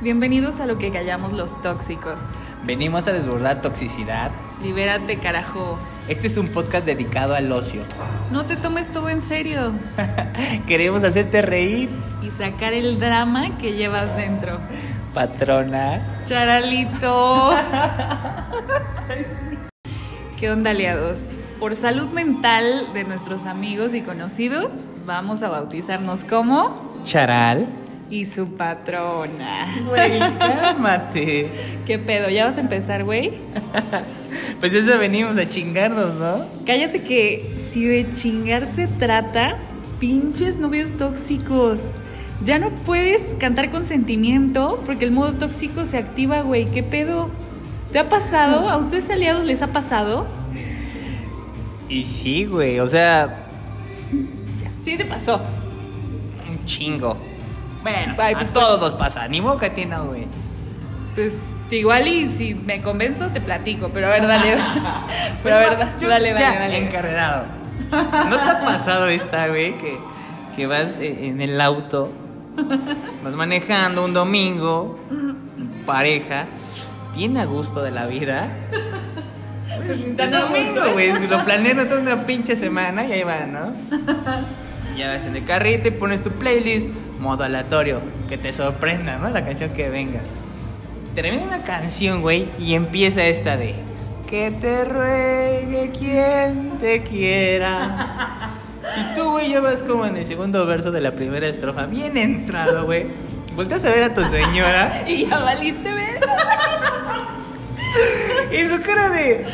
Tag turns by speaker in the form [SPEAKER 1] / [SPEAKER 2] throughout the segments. [SPEAKER 1] Bienvenidos a lo que callamos los tóxicos.
[SPEAKER 2] Venimos a desbordar toxicidad.
[SPEAKER 1] Libérate, carajo.
[SPEAKER 2] Este es un podcast dedicado al ocio.
[SPEAKER 1] No te tomes todo en serio
[SPEAKER 2] Queremos hacerte reír,
[SPEAKER 1] y sacar el drama que llevas dentro.
[SPEAKER 2] patrona.
[SPEAKER 1] Charalito. ¿Qué onda, aliados? Por salud mental de nuestros amigos y conocidos, vamos a bautizarnos como
[SPEAKER 2] Charal.
[SPEAKER 1] y su patrona.
[SPEAKER 2] Güey, cálmate.
[SPEAKER 1] ¿Qué pedo? ¿Ya vas a empezar, güey?
[SPEAKER 2] Pues eso venimos a chingarnos, ¿no?
[SPEAKER 1] Cállate que si de chingar se trata, pinches novios tóxicos. Ya no puedes cantar con sentimiento porque el modo tóxico se activa, güey. ¿Qué pedo? ¿Te ha pasado? ¿A ustedes aliados les ha pasado?
[SPEAKER 2] Y sí, güey, o sea,
[SPEAKER 1] Sí, te pasó.
[SPEAKER 2] un chingo. Bueno,
[SPEAKER 1] Ay,
[SPEAKER 2] a
[SPEAKER 1] pues,
[SPEAKER 2] todos nos pasa. Ni modo que a ti no, güey.
[SPEAKER 1] Pues igual y si me convenzo te platico, pero a ver, dale. pero a ver, da-
[SPEAKER 2] Pues Yo
[SPEAKER 1] dale,
[SPEAKER 2] ya,
[SPEAKER 1] dale, dale.
[SPEAKER 2] encarrerado. ¿No te ha pasado esta, güey, que, que vas eh, en el auto, vas manejando un domingo, pareja, bien a gusto de la vida?
[SPEAKER 1] Pues, Tan
[SPEAKER 2] El
[SPEAKER 1] a gusto.
[SPEAKER 2] domingo, güey, lo planearon toda una pinche semana y ahí va, ¿no? Ya vas en el carrito y pones tu playlist, modo aleatorio, que te sorprenda, ¿no? La canción que venga. Termina una canción, güey, y empieza esta de Que te ruegue quien te quiera. Y tú, güey, ya vas como en el segundo verso de la primera estrofa, bien entrado, güey. Volteas a ver a tu señora
[SPEAKER 1] Y ya valiste, ¿ves?
[SPEAKER 2] y su cara de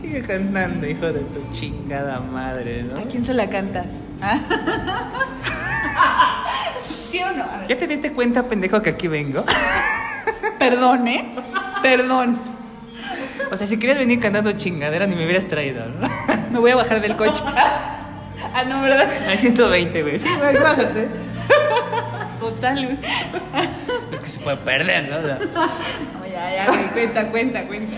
[SPEAKER 2] Sigue cantando, hijo de tu chingada madre, ¿no?
[SPEAKER 1] ¿A quién se la cantas? ¿Ah? ¿Sí o no? A ver.
[SPEAKER 2] ¿Ya te diste cuenta, pendejo, que aquí vengo?
[SPEAKER 1] Perdón, ¿eh? Perdón.
[SPEAKER 2] O sea, si querías venir cantando chingadera ni me hubieras traído, ¿no?
[SPEAKER 1] Me voy a bajar del coche. Ah, no, ¿verdad?
[SPEAKER 2] Al 120, güey. Sí, güey, bájate.
[SPEAKER 1] Total. güey.
[SPEAKER 2] Es que se puede perder, ¿no? O sea,
[SPEAKER 1] No, ya, ya, güey, cuenta, cuenta, cuenta.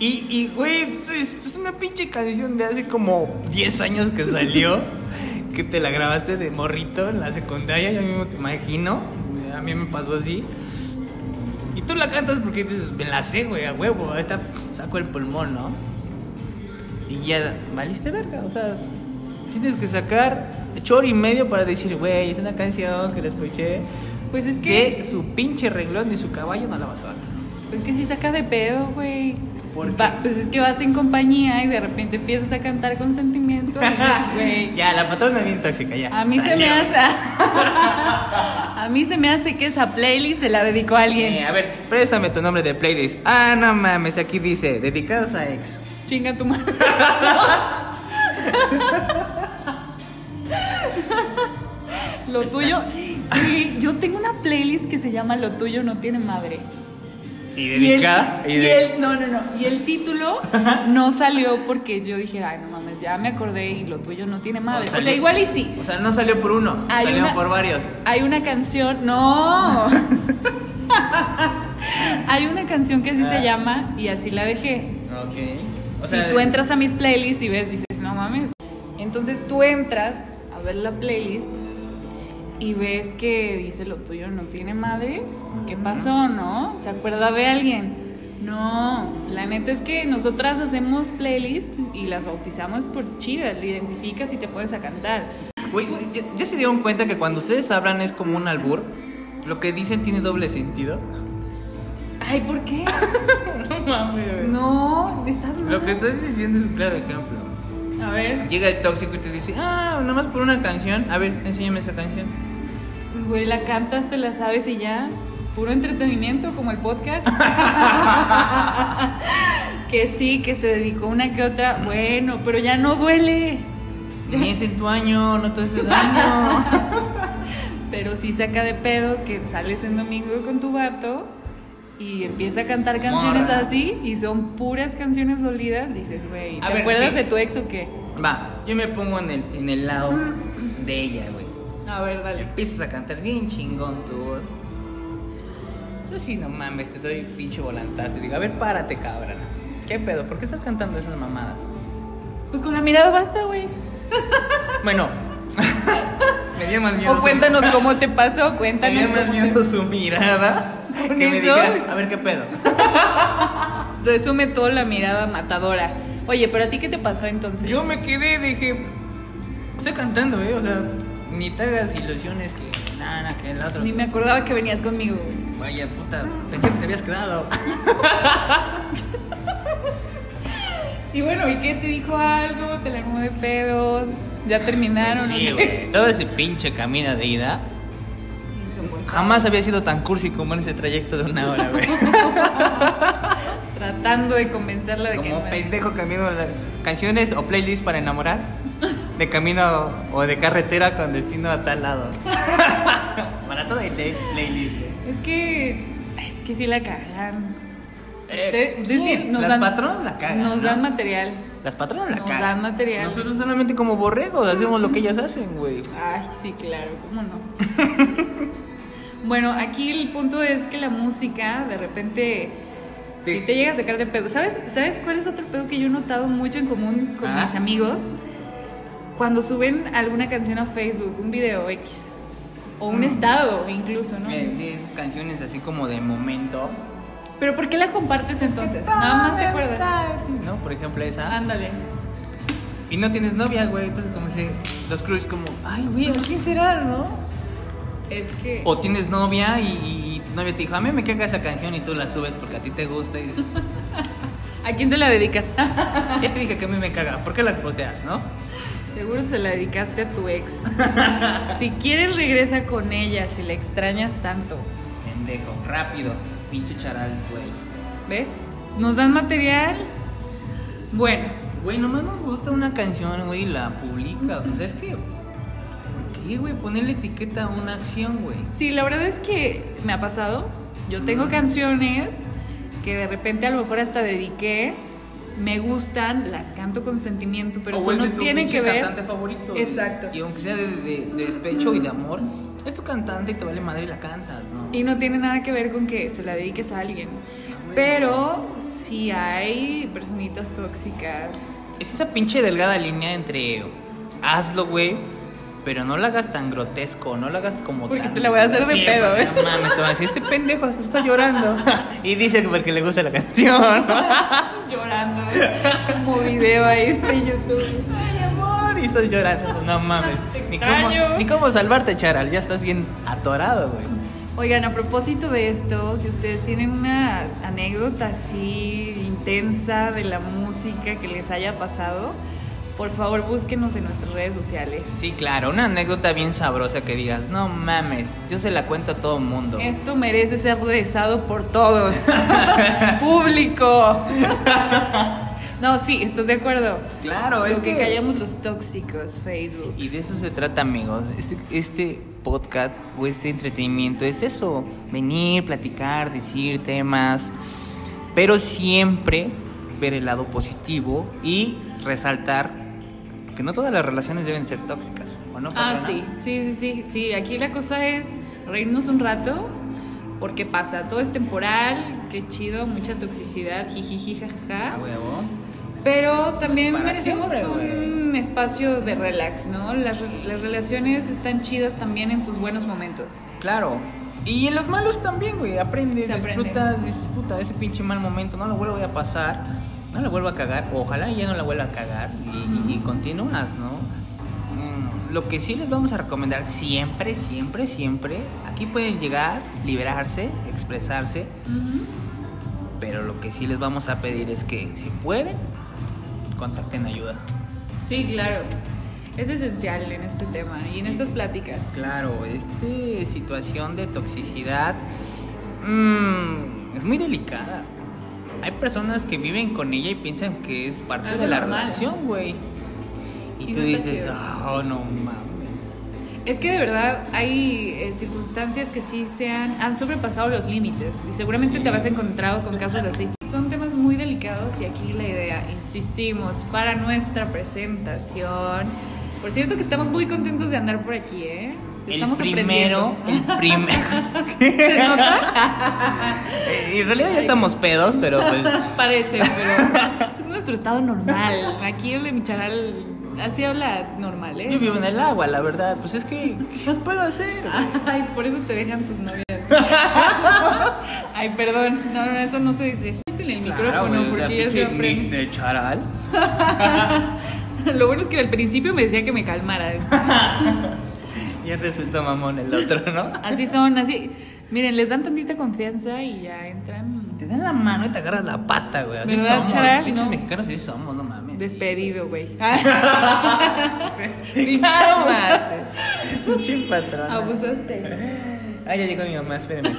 [SPEAKER 2] Y, y, güey, pues, pues, una pinche canción de hace como 10 años que salió, que te la grabaste de morrito en la secundaria, yo mismo que imagino, a mí me pasó así. Y tú la cantas porque dices, me la sé, güey, a huevo, ahorita pues, saco el pulmón, ¿no? Y ya, valiste verga, o sea, tienes que sacar chor y medio para decir, güey, es una canción que la escuché,
[SPEAKER 1] Pues es
[SPEAKER 2] que
[SPEAKER 1] que,
[SPEAKER 2] su pinche renglón y su caballo no la vas a bajar.
[SPEAKER 1] es que sí saca de pedo, güey.
[SPEAKER 2] ¿Por qué?
[SPEAKER 1] Va- pues es que vas en compañía y de repente empiezas a cantar con sentimiento. dices, Güey.
[SPEAKER 2] ya, la patrona es bien tóxica, ya.
[SPEAKER 1] A mí se me
[SPEAKER 2] Salió.
[SPEAKER 1] hace. A mí se me hace que esa playlist se la dedicó a
[SPEAKER 2] Eh,
[SPEAKER 1] alguien.
[SPEAKER 2] a ver, préstame tu nombre de playlist. Ah, no mames, aquí dice, dedicados a ex.
[SPEAKER 1] Chinga tu madre. Lo tuyo. Güey, Yo tengo una playlist que se llama Lo tuyo no tiene madre.
[SPEAKER 2] Y
[SPEAKER 1] el,
[SPEAKER 2] dedicada.
[SPEAKER 1] y
[SPEAKER 2] de-
[SPEAKER 1] el- no, no, no. Y el título no salió porque yo dije, ay, no mames, ya me acordé y lo tuyo no tiene madre. O sea,
[SPEAKER 2] salió-
[SPEAKER 1] igual y sí.
[SPEAKER 2] O sea, no salió por uno,
[SPEAKER 1] Hay
[SPEAKER 2] salió
[SPEAKER 1] una-
[SPEAKER 2] por varios.
[SPEAKER 1] Hay una canción, no. Hay una canción que así
[SPEAKER 2] Ah.
[SPEAKER 1] se llama y así la dejé.
[SPEAKER 2] Ok.
[SPEAKER 1] si tú entras a mis playlists y ves, dices, no mames. Entonces tú entras a ver la playlist y ves que dice lo tuyo no tiene madre. ¿Qué pasó, no? ¿Se acuerda de alguien? No, la neta es que nosotras hacemos playlists y las bautizamos por chidas, le identificas y te puedes a cantar.
[SPEAKER 2] Güey, ¿ya, ya se dieron cuenta que cuando ustedes hablan es como un albur? Lo que dicen tiene doble sentido.
[SPEAKER 1] Ay, ¿por qué?
[SPEAKER 2] No mames, güey.
[SPEAKER 1] No, estás mal.
[SPEAKER 2] Lo que estás diciendo es un claro ejemplo.
[SPEAKER 1] A ver,
[SPEAKER 2] Llega el tóxico y te dice, ah, nada más por una canción. A ver, enséñame esa canción.
[SPEAKER 1] pues güey, la cantas, te la sabes y ya. Puro entretenimiento como el podcast. que sí, que se dedicó una que otra. Bueno, pero ya no duele.
[SPEAKER 2] Ni es en tu año, no te hace daño.
[SPEAKER 1] Pero sí saca de pedo que sales en domingo con tu vato y empieza a cantar canciones
[SPEAKER 2] Morra.
[SPEAKER 1] así y son puras canciones dolidas. Dices, güey, ¿te
[SPEAKER 2] A ver,
[SPEAKER 1] acuerdas
[SPEAKER 2] sí.
[SPEAKER 1] de tu ex o qué?
[SPEAKER 2] Va, yo me pongo en el, en el lado
[SPEAKER 1] Mm.
[SPEAKER 2] de ella, güey.
[SPEAKER 1] A ver, dale.
[SPEAKER 2] Empiezas a cantar bien chingón tu voz. Yo sí, no mames, te doy pinche volantazo y digo, a ver, párate, cabrón. ¿Qué pedo? ¿Por qué estás cantando esas mamadas?
[SPEAKER 1] Pues con la mirada basta, güey.
[SPEAKER 2] Bueno, Me dio más miedo.
[SPEAKER 1] O
[SPEAKER 2] su-
[SPEAKER 1] cuéntanos cómo te pasó,
[SPEAKER 2] Me dio
[SPEAKER 1] cuéntanos
[SPEAKER 2] más
[SPEAKER 1] cómo te-
[SPEAKER 2] miedo su mirada. Que
[SPEAKER 1] ¿Con
[SPEAKER 2] me
[SPEAKER 1] eso?
[SPEAKER 2] dijera, a ver qué pedo.
[SPEAKER 1] Resume todo la mirada matadora. Oye, pero a ti qué te pasó entonces?
[SPEAKER 2] Yo me quedé, dije, estoy cantando, ¿eh? O sea, ni te hagas ilusiones que nada, que el otro.
[SPEAKER 1] Ni me acordaba que venías conmigo. güey.
[SPEAKER 2] Vaya puta, pensé que te habías quedado.
[SPEAKER 1] Y bueno, ¿y qué te dijo algo? ¿Te la armó de pedo? ¿Ya terminaron?
[SPEAKER 2] Sí,
[SPEAKER 1] o qué?
[SPEAKER 2] güey. Todo ese pinche camino de ida.
[SPEAKER 1] Insoportable.
[SPEAKER 2] Jamás había sido tan cursi como en ese trayecto de una hora, güey.
[SPEAKER 1] Tratando de convencerla de que
[SPEAKER 2] Como
[SPEAKER 1] no era-
[SPEAKER 2] pendejo camino la- canciones o playlists para enamorar de camino o de carretera con destino a tal lado. para todo hay play- playlist. güey.
[SPEAKER 1] Es que. Es que sí la cagan.
[SPEAKER 2] Eh,
[SPEAKER 1] Ustedes- ustedes sí
[SPEAKER 2] sí,
[SPEAKER 1] nos
[SPEAKER 2] las
[SPEAKER 1] dan-
[SPEAKER 2] patronas la cagan.
[SPEAKER 1] Nos
[SPEAKER 2] ¿no?
[SPEAKER 1] dan material.
[SPEAKER 2] Las patronas la
[SPEAKER 1] Nos
[SPEAKER 2] cagan.
[SPEAKER 1] dan material.
[SPEAKER 2] Nosotros solamente como borregos hacemos lo que ellas hacen, güey.
[SPEAKER 1] Ay, sí, claro, cómo no. bueno, aquí el punto es que la música de repente
[SPEAKER 2] Sí.
[SPEAKER 1] sí te llega a sacar de pedo. ¿Sabes, ¿Sabes cuál es otro pedo que yo he notado mucho en común con
[SPEAKER 2] Ah.
[SPEAKER 1] mis amigos? Cuando suben alguna canción a Facebook, un video X, o un
[SPEAKER 2] Mm.
[SPEAKER 1] estado incluso, ¿no?
[SPEAKER 2] Eh, sí, esas canciones así como de momento.
[SPEAKER 1] Pero ¿por qué la compartes entonces? Nada más te acuerdas.
[SPEAKER 2] ¿No? Por ejemplo, esa.
[SPEAKER 1] Ándale.
[SPEAKER 2] Y no tienes novia, güey. Entonces, como dice los Cruz, como, ay, güey, ¿quién será, no?
[SPEAKER 1] Es que...
[SPEAKER 2] O tienes novia y, y tu novia te dijo, a mí me caga esa canción y tú la subes porque a ti te gusta y dices,
[SPEAKER 1] ¿A quién se la dedicas?
[SPEAKER 2] ya te dije que a mí me caga, ¿por qué la poseas, no?
[SPEAKER 1] Seguro se la dedicaste a tu ex. si quieres, regresa con ella si la extrañas tanto.
[SPEAKER 2] Pendejo, rápido, pinche charal, güey.
[SPEAKER 1] ¿Ves? Nos dan material. Bueno,
[SPEAKER 2] Güey, nomás nos gusta una canción, güey, y la publicas. O sea, es que, ¿por qué, güey? Ponerle etiqueta a una acción, güey.
[SPEAKER 1] sí, la verdad es que me ha pasado. Yo tengo canciones que de repente a lo mejor hasta dediqué. Me gustan, las canto con sentimiento, pero
[SPEAKER 2] O
[SPEAKER 1] eso
[SPEAKER 2] es de
[SPEAKER 1] no
[SPEAKER 2] tu
[SPEAKER 1] tiene
[SPEAKER 2] pinche
[SPEAKER 1] que ver.
[SPEAKER 2] cantante favorito.
[SPEAKER 1] Exacto.
[SPEAKER 2] Y aunque sea de, de- de despecho y de amor, es tu cantante y te vale madre y la cantas, ¿no?
[SPEAKER 1] Y no tiene nada que ver con que se la dediques a alguien.
[SPEAKER 2] Ah,
[SPEAKER 1] Pero si hay personitas tóxicas,
[SPEAKER 2] Es esa pinche delgada línea entre hazlo, güey, pero no la hagas tan grotesco, no la hagas como
[SPEAKER 1] Porque
[SPEAKER 2] tan-
[SPEAKER 1] te la voy a hacer de
[SPEAKER 2] Sí,
[SPEAKER 1] pedo,
[SPEAKER 2] güey,
[SPEAKER 1] ¿eh?
[SPEAKER 2] No mames, te van a decir, este pendejo hasta está llorando. y dice que porque le gusta la canción.
[SPEAKER 1] llorando ¿eh? como video ahí de YouTube.
[SPEAKER 2] Ay, amor, y estás llorando. No mames.
[SPEAKER 1] Te
[SPEAKER 2] Ni
[SPEAKER 1] extraño.
[SPEAKER 2] cómo, ni cómo salvarte, Charal, ya estás bien atorado, güey.
[SPEAKER 1] Oigan, a propósito de esto, si ustedes tienen una anécdota así intensa de la música que les haya pasado, por favor búsquenos en nuestras redes sociales.
[SPEAKER 2] Sí, claro, una anécdota bien sabrosa que digas, no mames, yo se la cuento a todo mundo.
[SPEAKER 1] Esto merece ser revisado por todos. Público. no, sí, ¿estás de acuerdo?
[SPEAKER 2] Claro, es
[SPEAKER 1] Lo que
[SPEAKER 2] que
[SPEAKER 1] callamos los tóxicos, Facebook.
[SPEAKER 2] Y de eso se trata, amigos. Este, este podcast o este entretenimiento es eso: venir, platicar, decir temas, pero siempre ver el lado positivo y resaltar que no todas las relaciones deben ser tóxicas, ¿o no?
[SPEAKER 1] Ah,
[SPEAKER 2] Patrona?
[SPEAKER 1] sí, sí, sí, sí, sí. Aquí la cosa es reírnos un rato, porque pasa, todo es temporal, qué chido, mucha toxicidad, jijiji, jajaja.
[SPEAKER 2] A huevo.
[SPEAKER 1] Pero también
[SPEAKER 2] Ah, Para
[SPEAKER 1] merecemos
[SPEAKER 2] siempre,
[SPEAKER 1] un espacio de relax, ¿no? Las, re- las relaciones están chidas también en sus buenos momentos.
[SPEAKER 2] Claro. Y en los malos también, güey. Aprendes,
[SPEAKER 1] Se aprende.
[SPEAKER 2] disfrutas, dices, puta, ese pinche mal momento no lo vuelvo a pasar, no lo vuelvo a cagar. Ojalá ya no la vuelva a cagar y, y- y continúas, ¿no? Mm, Lo que sí les vamos a recomendar siempre, siempre, siempre, aquí pueden llegar, liberarse, expresarse, pero lo que sí les vamos a pedir es que si pueden, contacten ayuda.
[SPEAKER 1] Sí, claro. Es esencial en este tema y en estas pláticas.
[SPEAKER 2] Claro, esta situación de toxicidad mm, es muy delicada. Hay personas que viven con ella y piensan que es parte
[SPEAKER 1] Algo
[SPEAKER 2] de la
[SPEAKER 1] normal.
[SPEAKER 2] relación, güey. Y,
[SPEAKER 1] Y
[SPEAKER 2] tú
[SPEAKER 1] no está
[SPEAKER 2] dices,
[SPEAKER 1] chido.
[SPEAKER 2] oh, no mames.
[SPEAKER 1] Es que de verdad hay eh, circunstancias que sí se han, han sobrepasado los límites y seguramente
[SPEAKER 2] Sí.
[SPEAKER 1] te vas encontrado con casos así. Son temas muy delicados y aquí la idea, insistimos, para nuestra presentación. Por cierto que estamos muy contentos de andar por aquí, ¿eh? Estamos
[SPEAKER 2] el primero,
[SPEAKER 1] aprendiendo.
[SPEAKER 2] el primero.
[SPEAKER 1] ¿Se nota?
[SPEAKER 2] en realidad ya estamos pedos, pero pues.
[SPEAKER 1] Parece, pero es nuestro estado normal. Aquí el de Micharal Así habla normal, ¿eh?
[SPEAKER 2] Yo vivo en el agua, la verdad. Pues es que, ¿qué puedo hacer?
[SPEAKER 1] Ay, por eso te dejan tus novias. Ay, perdón. No, no, eso no se dice. Quiten el micrófono
[SPEAKER 2] güey, o sea,
[SPEAKER 1] porque ya se
[SPEAKER 2] pinche
[SPEAKER 1] aprende.
[SPEAKER 2] Nick de charal.
[SPEAKER 1] Lo bueno es que al principio me decía que me calmara.
[SPEAKER 2] Ya resulta mamón el otro, ¿no?
[SPEAKER 1] Así son, así. Miren, les dan tantita confianza y ya entran
[SPEAKER 2] Te dan la mano y te agarras la pata, güey. Así
[SPEAKER 1] ¿Verdad,
[SPEAKER 2] somos.
[SPEAKER 1] charal?
[SPEAKER 2] Pinches
[SPEAKER 1] No.
[SPEAKER 2] mexicanos así somos, no mames.
[SPEAKER 1] despedido, güey. Pinchamos.
[SPEAKER 2] Cálmate. Pinche patrona.
[SPEAKER 1] Abusaste.
[SPEAKER 2] Ah, ya llegó mi mamá, espérenme.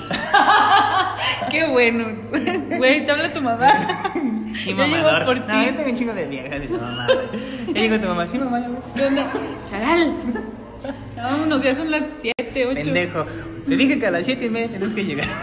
[SPEAKER 1] Qué bueno. Güey, te habla tu mamá.
[SPEAKER 2] Mi
[SPEAKER 1] Yo
[SPEAKER 2] mamador.
[SPEAKER 1] llego por
[SPEAKER 2] No,
[SPEAKER 1] ti.
[SPEAKER 2] yo tengo un chingo de viejas de mi mamá. güey. Ya llegó tu mamá, sí, mamá, ya voy.
[SPEAKER 1] ¿Qué onda? Charal. Ya Vámonos, ya son las 7, 8.
[SPEAKER 2] Pendejo. Te dije que a las 7 y media tenés que llegar.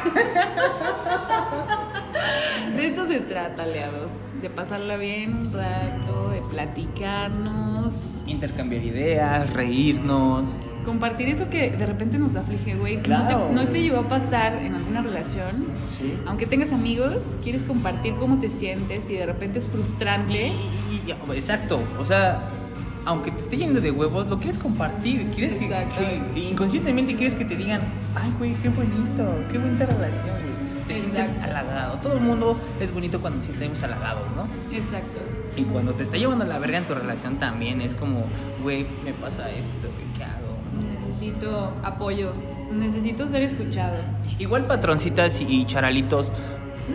[SPEAKER 1] De esto se trata, leados. De pasarla bien un rato, de platicarnos,
[SPEAKER 2] Intercambiar ideas, reírnos.
[SPEAKER 1] compartir eso que de repente nos aflige, güey. que
[SPEAKER 2] Claro.
[SPEAKER 1] No, te, no te llegó a pasar en alguna relación.
[SPEAKER 2] Sí.
[SPEAKER 1] Aunque tengas amigos, quieres compartir cómo te sientes y de repente es
[SPEAKER 2] Y-
[SPEAKER 1] frustrante.
[SPEAKER 2] y- y- exacto, o sea, aunque te esté yendo de huevos, lo quieres compartir, quieres que,
[SPEAKER 1] Exacto.
[SPEAKER 2] que- inconscientemente quieres que te digan, ay güey, qué bonito, qué bonita relación, güey. Te sientes
[SPEAKER 1] Exacto.
[SPEAKER 2] halagado. Todo el mundo es bonito cuando nos sentimos halagados, ¿no?
[SPEAKER 1] Exacto.
[SPEAKER 2] Y cuando te está llevando la verga en tu relación también es como, güey, me pasa esto, güey, ¿qué hago?
[SPEAKER 1] Necesito apoyo. Necesito ser escuchado.
[SPEAKER 2] Igual patroncitas y charalitos,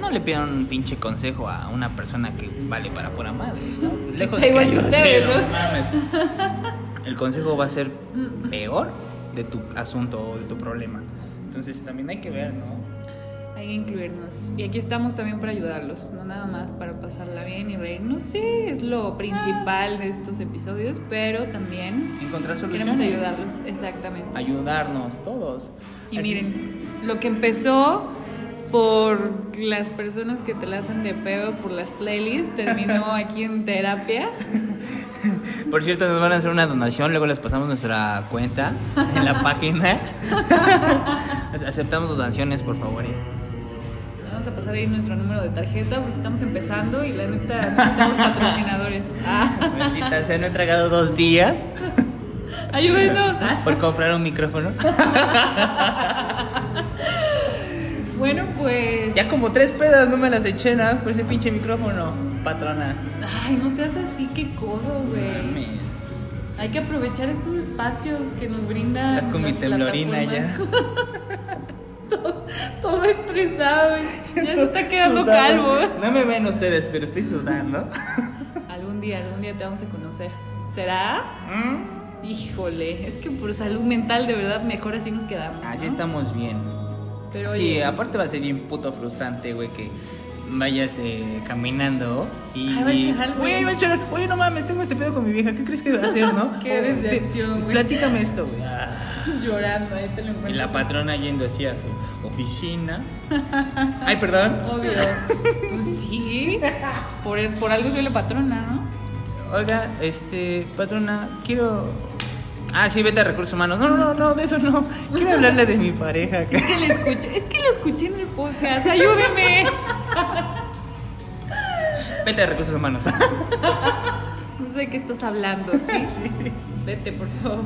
[SPEAKER 2] no le pidan un pinche consejo a una persona que vale para pura madre, ¿no? Lejos
[SPEAKER 1] Está
[SPEAKER 2] de que
[SPEAKER 1] igual que
[SPEAKER 2] ayude,
[SPEAKER 1] ustedes,
[SPEAKER 2] no
[SPEAKER 1] ¿no?
[SPEAKER 2] mames. El consejo va a ser peor de tu asunto o de tu problema. Entonces también hay que ver, ¿no?
[SPEAKER 1] Hay que incluirnos. Y aquí estamos también para ayudarlos, no nada más para pasarla bien y reírnos. Sí, es lo principal de estos episodios, pero también
[SPEAKER 2] Encontrar soluciones.
[SPEAKER 1] queremos ayudarlos, exactamente.
[SPEAKER 2] Ayudarnos todos.
[SPEAKER 1] Y
[SPEAKER 2] Al
[SPEAKER 1] miren, lo que empezó por las personas que te la hacen de pedo por las playlists, terminó aquí en terapia.
[SPEAKER 2] fin- Por cierto, nos van a hacer una donación, luego les pasamos nuestra cuenta en la página. Aceptamos donaciones, por favor. ¿eh?
[SPEAKER 1] Vamos a pasar ahí nuestro número de tarjeta porque estamos empezando y la neta necesitamos patrocinadores. Ah,
[SPEAKER 2] Maldita sea, no he tragado dos días.
[SPEAKER 1] ayúdenos. Ah.
[SPEAKER 2] por comprar un micrófono.
[SPEAKER 1] Bueno, pues.
[SPEAKER 2] Ya como tres pedas no me las eché nada más por ese pinche micrófono, patrona.
[SPEAKER 1] Ay, no seas así, qué codo, güey.
[SPEAKER 2] Mames,
[SPEAKER 1] Hay que aprovechar estos espacios que nos brindan.
[SPEAKER 2] Está con mi
[SPEAKER 1] las
[SPEAKER 2] temblorina ya.
[SPEAKER 1] plataformas. Todo estresado, güey. Ya se está quedando
[SPEAKER 2] Sudando.
[SPEAKER 1] calvo.
[SPEAKER 2] No me ven ustedes, pero estoy sudando.
[SPEAKER 1] Algún día, algún día te vamos a conocer. ¿Será?
[SPEAKER 2] Mm,
[SPEAKER 1] Híjole, es que por salud mental, de verdad, mejor así nos quedamos.
[SPEAKER 2] Así
[SPEAKER 1] ¿no?
[SPEAKER 2] estamos bien.
[SPEAKER 1] Pero
[SPEAKER 2] sí,
[SPEAKER 1] oye,
[SPEAKER 2] aparte va a ser bien puto frustrante, güey, que vayas eh, caminando y...
[SPEAKER 1] Ay, va el charal, güey.
[SPEAKER 2] Güey, ahí va el charal. Oye, no mames, tengo este pedo con mi vieja. ¿Qué crees que va a hacer, no?
[SPEAKER 1] Qué
[SPEAKER 2] Oh, te-
[SPEAKER 1] decepción, güey.
[SPEAKER 2] Platícame esto, güey. Ah.
[SPEAKER 1] llorando, ahí te lo
[SPEAKER 2] Y
[SPEAKER 1] encuentras.
[SPEAKER 2] la patrona yendo así a su oficina. Ay, perdón.
[SPEAKER 1] Obvio. Pues sí. Por, por algo soy la patrona, ¿no?
[SPEAKER 2] Oiga, este, patrona, quiero. Ah, sí, vete a recursos humanos. No, no, no, no, de eso no. Quiero hablarle de mi pareja.
[SPEAKER 1] Es que la escuché, es que la escuché en el podcast. Ayúdeme.
[SPEAKER 2] Vete a recursos humanos.
[SPEAKER 1] No sé de qué estás hablando, ¿sí? Vete, por favor.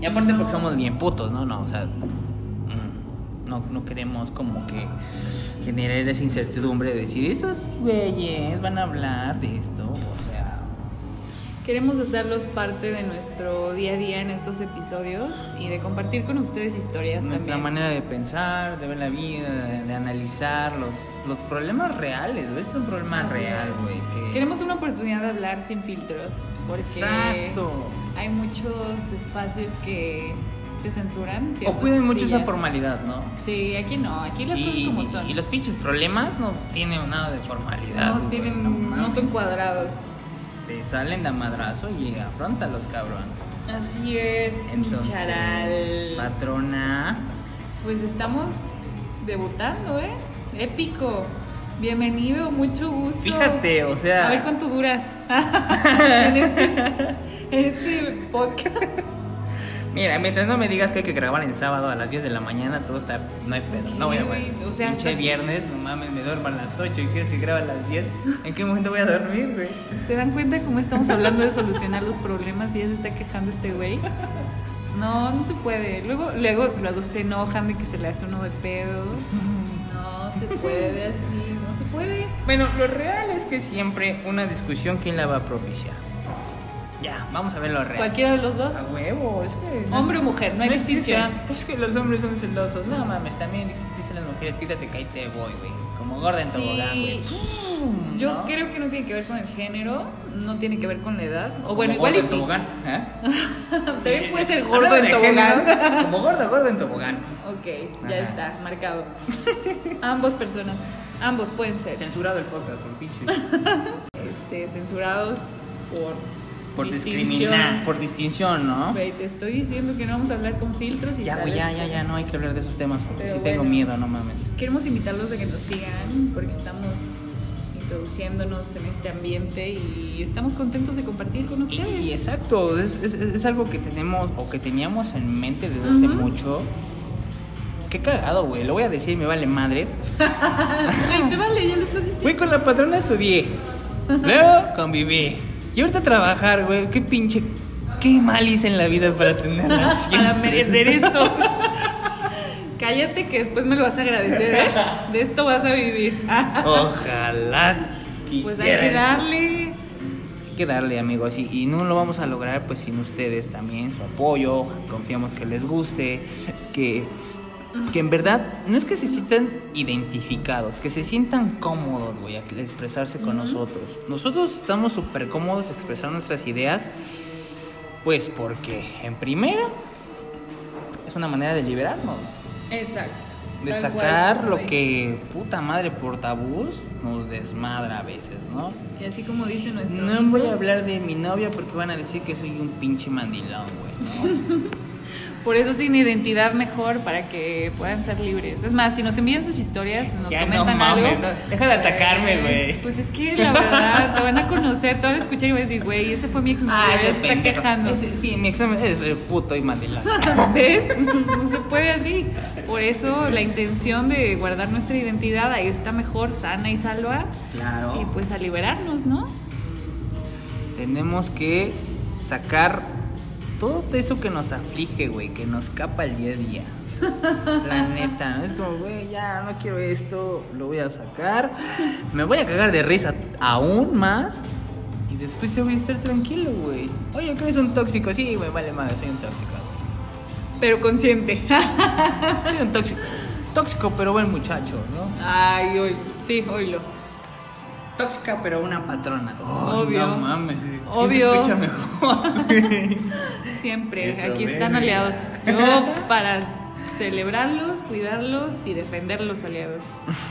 [SPEAKER 2] Y aparte, porque somos bien putos, ¿no? No, o sea. mm, No, no queremos como que generar esa incertidumbre de decir, esos güeyes van a hablar de esto. O sea.
[SPEAKER 1] Queremos hacerlos parte de nuestro día a día en estos episodios y de compartir con ustedes historias
[SPEAKER 2] Nuestra
[SPEAKER 1] también.
[SPEAKER 2] manera de pensar, de ver la vida, de, de analizar los, los problemas reales, güey. Es un problema
[SPEAKER 1] Así
[SPEAKER 2] real,
[SPEAKER 1] es.
[SPEAKER 2] güey. que-
[SPEAKER 1] Queremos una oportunidad de hablar sin filtros, porque
[SPEAKER 2] Exacto.
[SPEAKER 1] hay muchos espacios que te censuran.
[SPEAKER 2] O
[SPEAKER 1] ciertas
[SPEAKER 2] cuiden mucho esa
[SPEAKER 1] cosillas.
[SPEAKER 2] formalidad, ¿no?
[SPEAKER 1] Sí, aquí no, aquí las
[SPEAKER 2] y,
[SPEAKER 1] cosas como son.
[SPEAKER 2] y los pinches problemas no tienen nada de formalidad.
[SPEAKER 1] no,
[SPEAKER 2] güey,
[SPEAKER 1] tienen,
[SPEAKER 2] no
[SPEAKER 1] no
[SPEAKER 2] mames.
[SPEAKER 1] son cuadrados.
[SPEAKER 2] Te salen de madrazo y afrontalos, cabrón.
[SPEAKER 1] Así es, mi
[SPEAKER 2] Entonces,
[SPEAKER 1] charal.
[SPEAKER 2] patrona.
[SPEAKER 1] Pues estamos debutando, ¿eh? Épico. Bienvenido, mucho gusto.
[SPEAKER 2] Fíjate, o sea-
[SPEAKER 1] A ver cuánto duras. en, este, en este podcast.
[SPEAKER 2] Mira, mientras no me digas que hay que grabar en sábado a las 10 de la mañana, todo está. No hay pedo, no voy a
[SPEAKER 1] Sí, güey,
[SPEAKER 2] poder.
[SPEAKER 1] o sea,
[SPEAKER 2] Pinche
[SPEAKER 1] está-
[SPEAKER 2] viernes, no mames, me duermo a las 8 y quieres que grabe a las 10. ¿En qué momento voy a dormir, güey?
[SPEAKER 1] ¿Se dan cuenta cómo estamos hablando de solucionar los problemas y ya se está quejando este güey? No, no se puede. Luego, luego, luego se enojan de que se le hace uno de pedo. No se puede así, no se puede.
[SPEAKER 2] Bueno, lo real es que siempre una discusión, ¿quién la va a propiciar? Ya, vamos a ver lo real.
[SPEAKER 1] Cualquiera de los dos.
[SPEAKER 2] A huevo, es que.
[SPEAKER 1] Hombre o mujer, no hay
[SPEAKER 2] es que
[SPEAKER 1] distinción.
[SPEAKER 2] sea- Es que los hombres son celosos. No mames, también dicen las mujeres, quítate que ahí te voy, güey. Como gorda en
[SPEAKER 1] Sí.
[SPEAKER 2] tobogán, güey. Mm,
[SPEAKER 1] Yo
[SPEAKER 2] ¿no?
[SPEAKER 1] creo que no tiene que ver con el género, no tiene que ver con la edad. O
[SPEAKER 2] Como
[SPEAKER 1] bueno, igual y
[SPEAKER 2] gordo en
[SPEAKER 1] sí.
[SPEAKER 2] tobogán, ¿eh?
[SPEAKER 1] También puede ser
[SPEAKER 2] Hablando
[SPEAKER 1] gordo en
[SPEAKER 2] de
[SPEAKER 1] tobogán.
[SPEAKER 2] género, Como gordo, gordo en tobogán.
[SPEAKER 1] Ok, ya
[SPEAKER 2] Ajá.
[SPEAKER 1] está, marcado. Ambos personas, ambos pueden ser
[SPEAKER 2] Censurado el podcast por pinche.
[SPEAKER 1] este, censurados por,
[SPEAKER 2] Por
[SPEAKER 1] distinción.
[SPEAKER 2] discriminar, por distinción, ¿no?
[SPEAKER 1] Güey, te estoy diciendo que no vamos a hablar con filtros y
[SPEAKER 2] Ya,
[SPEAKER 1] tal.
[SPEAKER 2] güey, ya, ya, ya, no hay que hablar de esos temas porque
[SPEAKER 1] Pero
[SPEAKER 2] sí tengo
[SPEAKER 1] bueno.
[SPEAKER 2] miedo, no mames.
[SPEAKER 1] Queremos invitarlos a que nos sigan porque estamos introduciéndonos en este ambiente y estamos contentos de compartir con
[SPEAKER 2] Y,
[SPEAKER 1] ustedes.
[SPEAKER 2] y exacto, es, es- es algo que tenemos o que teníamos en mente desde hace
[SPEAKER 1] Ujú.
[SPEAKER 2] mucho. Qué cagado, güey, lo voy a decir, me vale madres.
[SPEAKER 1] Güey, te vale, ya lo estás diciendo.
[SPEAKER 2] Güey, con la patrona estudié. Luego conviví. Y ahorita trabajar, güey, qué pinche. Qué mal hice en la vida para tenerla siempre.
[SPEAKER 1] para merecer esto. Cállate que después me lo vas a agradecer, ¿eh? De esto vas a vivir.
[SPEAKER 2] Ojalá
[SPEAKER 1] pues hay que
[SPEAKER 2] quisiera.
[SPEAKER 1] darle.
[SPEAKER 2] Hay que darle, amigos. Y, y no lo vamos a lograr pues sin ustedes también, su apoyo. Confiamos que les guste. Que, que en verdad, no es que se sientan identificados, que se sientan cómodos, güey, al expresarse con nosotros. Nosotros estamos súper cómodos de expresar nuestras ideas, pues porque, en primera, es una manera de liberarnos.
[SPEAKER 1] Exacto.
[SPEAKER 2] De
[SPEAKER 1] Tal
[SPEAKER 2] sacar
[SPEAKER 1] cual,
[SPEAKER 2] lo
[SPEAKER 1] güey.
[SPEAKER 2] que puta madre por tabús nos desmadra a veces, ¿no?
[SPEAKER 1] Y así como dice nuestro.
[SPEAKER 2] No voy a hablar de mi novia porque van a decir que soy un pinche mandilón, güey, ¿no?
[SPEAKER 1] Por eso sin identidad mejor, para que puedan ser libres. Es más, si nos envían sus historias, nos
[SPEAKER 2] Ya no
[SPEAKER 1] comentan
[SPEAKER 2] mames,
[SPEAKER 1] algo.
[SPEAKER 2] no, deja de atacarme,
[SPEAKER 1] eh,
[SPEAKER 2] güey.
[SPEAKER 1] Pues es que la verdad, te van a conocer, te van a escuchar y van a decir, güey, ese fue mi ex ah, se está
[SPEAKER 2] Ah, pendejo.
[SPEAKER 1] quejando.
[SPEAKER 2] Ese- sí, mi examen es eh, puto y mandilón.
[SPEAKER 1] ¿Ves? No se puede así. Por eso la intención de guardar nuestra identidad ahí está mejor, sana y salva.
[SPEAKER 2] Claro.
[SPEAKER 1] Y pues a liberarnos, ¿no?
[SPEAKER 2] Tenemos que sacar todo eso que nos aflige, güey, que nos capa el día a día. La neta, ¿no? Es como, güey, ya no quiero esto, lo voy a sacar. Me voy a cagar de risa aún más. Y después yo voy a estar tranquilo, güey. Oye, ¿qué eres un tóxico? Sí, güey, vale madre, soy un tóxico, güey.
[SPEAKER 1] Pero consciente.
[SPEAKER 2] Soy un tóxico. Tóxico, pero buen muchacho, ¿no?
[SPEAKER 1] Ay, hoy, sí, oílo.
[SPEAKER 2] Tóxica, pero una patrona.
[SPEAKER 1] Obvio.
[SPEAKER 2] No mames. sí. Eso
[SPEAKER 1] Obvio.
[SPEAKER 2] escucha mejor. güey.
[SPEAKER 1] Siempre,
[SPEAKER 2] Eso,
[SPEAKER 1] aquí están
[SPEAKER 2] verga.
[SPEAKER 1] aliados. Yo para celebrarlos, cuidarlos y defender los aliados.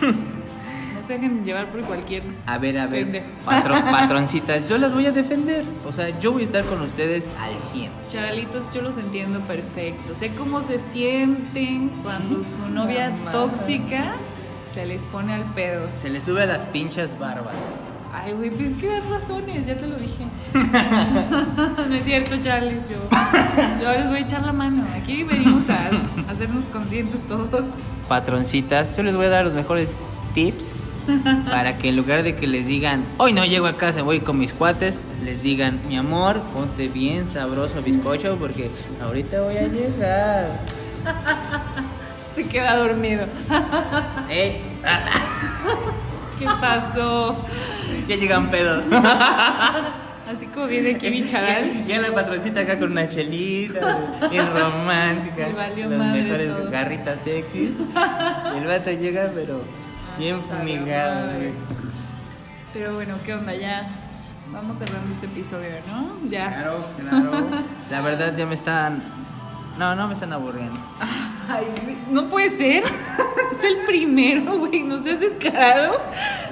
[SPEAKER 1] No se dejen llevar por cualquier.
[SPEAKER 2] a ver, a ver.
[SPEAKER 1] Pendejo.
[SPEAKER 2] patro- patroncitas, yo las voy a defender. O sea, yo voy a estar con ustedes al 100.
[SPEAKER 1] Chavalitos, yo los entiendo perfecto. Sé cómo se sienten cuando su novia
[SPEAKER 2] Mamá.
[SPEAKER 1] tóxica se les pone al pedo.
[SPEAKER 2] Se le sube a las pinchas barbas.
[SPEAKER 1] Ay, güey, pues que das razones, ya te lo dije. no es cierto, Charles, yo, yo les voy a echar la mano. Aquí venimos a, a hacernos conscientes todos.
[SPEAKER 2] Patroncitas, yo les voy a dar los mejores tips para que en lugar de que les digan, hoy no llego a casa, voy con mis cuates, les digan, mi amor, ponte bien sabroso bizcocho porque ahorita voy a llegar.
[SPEAKER 1] Se queda dormido.
[SPEAKER 2] Ey,
[SPEAKER 1] ¿Qué pasó?
[SPEAKER 2] Ya llegan pedos.
[SPEAKER 1] Así como viene aquí mi charal.
[SPEAKER 2] Ya la patroncita acá con una chelita, bien romántica.
[SPEAKER 1] Le valió
[SPEAKER 2] las
[SPEAKER 1] madre
[SPEAKER 2] mejores
[SPEAKER 1] todo.
[SPEAKER 2] garritas sexy. Y el vato llega, pero bien
[SPEAKER 1] Hasta la
[SPEAKER 2] fumigado,
[SPEAKER 1] madre.
[SPEAKER 2] güey.
[SPEAKER 1] Pero bueno, ¿qué onda? Ya vamos cerrando este episodio, ¿no? Ya.
[SPEAKER 2] Claro, claro. La verdad ya me están. No, no me están aburriendo.
[SPEAKER 1] Ay, güey, no puede ser. Es el primero, güey. No seas descarado.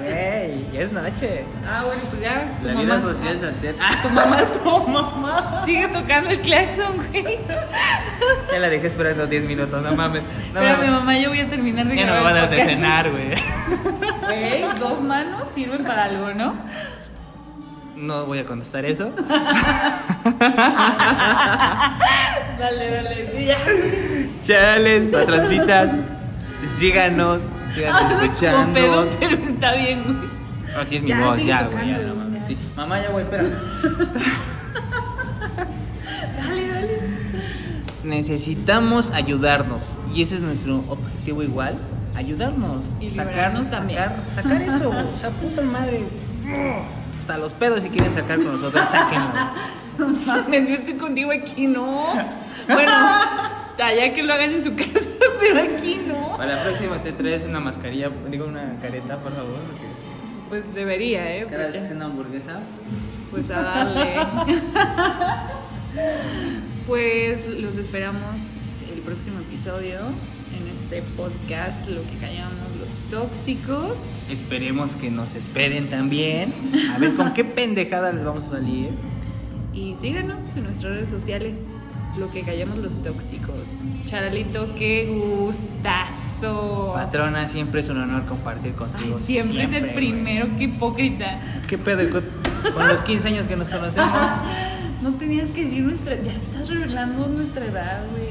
[SPEAKER 2] Güey, ya es noche.
[SPEAKER 1] Ah, bueno, pues ya. tu
[SPEAKER 2] La
[SPEAKER 1] mamá-
[SPEAKER 2] vida social Ah, se
[SPEAKER 1] Tu
[SPEAKER 2] hace.
[SPEAKER 1] mamá, tu mamá. Sigue tocando el claxon, güey.
[SPEAKER 2] ya la dejé esperando 10 minutos, no mames. No
[SPEAKER 1] Pero mi
[SPEAKER 2] mames.
[SPEAKER 1] mamá, yo voy a terminar de
[SPEAKER 2] Ya no me va a
[SPEAKER 1] grabar el
[SPEAKER 2] dar de
[SPEAKER 1] podcast.
[SPEAKER 2] cenar, güey.
[SPEAKER 1] Güey, dos manos sirven para algo, ¿no?
[SPEAKER 2] No voy a contestar eso.
[SPEAKER 1] Dale, dale, sí, ya.
[SPEAKER 2] Chales, patroncitas, síganos, síganos
[SPEAKER 1] No, pero,
[SPEAKER 2] escuchando.
[SPEAKER 1] pero está bien, güey.
[SPEAKER 2] Así es mi
[SPEAKER 1] Ya,
[SPEAKER 2] voz,
[SPEAKER 1] sigue
[SPEAKER 2] ya,
[SPEAKER 1] tocando,
[SPEAKER 2] güey. Ya, no
[SPEAKER 1] güey,
[SPEAKER 2] mames.
[SPEAKER 1] ya.
[SPEAKER 2] Sí. Mamá, ya, güey, espera.
[SPEAKER 1] Dale, dale.
[SPEAKER 2] Necesitamos ayudarnos. Y ese es nuestro objetivo igual. Ayudarnos.
[SPEAKER 1] Y
[SPEAKER 2] sacar,
[SPEAKER 1] liberarnos también.
[SPEAKER 2] sacar, sacar eso. güey. O sea, puta madre. Hasta los pedos si quieren sacar con nosotros, sáquenlo.
[SPEAKER 1] No mames, yo estoy contigo aquí, no. Bueno, allá que lo hagan en su casa, pero aquí no.
[SPEAKER 2] Para la próxima te traes una mascarilla, digo una careta, por favor. Porque
[SPEAKER 1] Pues debería, ¿eh?
[SPEAKER 2] cada vez que
[SPEAKER 1] Porque-
[SPEAKER 2] sea una hamburguesa.
[SPEAKER 1] Pues a darle. pues los esperamos el próximo episodio en este podcast, lo que callamos los tóxicos.
[SPEAKER 2] Esperemos que nos esperen también. A ver con qué pendejada les vamos a salir.
[SPEAKER 1] Y síganos en nuestras redes sociales, lo que callamos los tóxicos. Charalito, qué gustazo.
[SPEAKER 2] Patrona, siempre es un honor compartir
[SPEAKER 1] Ay,
[SPEAKER 2] contigo.
[SPEAKER 1] siempre, es el
[SPEAKER 2] güey.
[SPEAKER 1] primero, qué hipócrita.
[SPEAKER 2] ¿Qué pedo con, con los 15 años que nos conocemos?
[SPEAKER 1] No tenías que decir nuestra. Ya estás revelando nuestra edad, güey.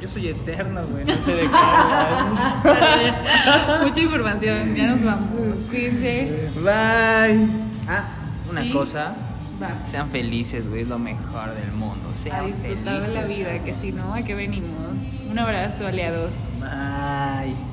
[SPEAKER 2] Yo soy eterno, güey. No sé de qué hablas.
[SPEAKER 1] Mucha información, ya nos vamos. Cuídense.
[SPEAKER 2] Bye. Ah, una
[SPEAKER 1] Sí.
[SPEAKER 2] cosa.
[SPEAKER 1] Va.
[SPEAKER 2] Sean felices, güey. Es lo mejor del mundo.
[SPEAKER 1] A
[SPEAKER 2] Sean
[SPEAKER 1] disfrutar
[SPEAKER 2] felices.
[SPEAKER 1] de la vida, que si no, ¿a qué venimos? Un abrazo, aliados.
[SPEAKER 2] Bye.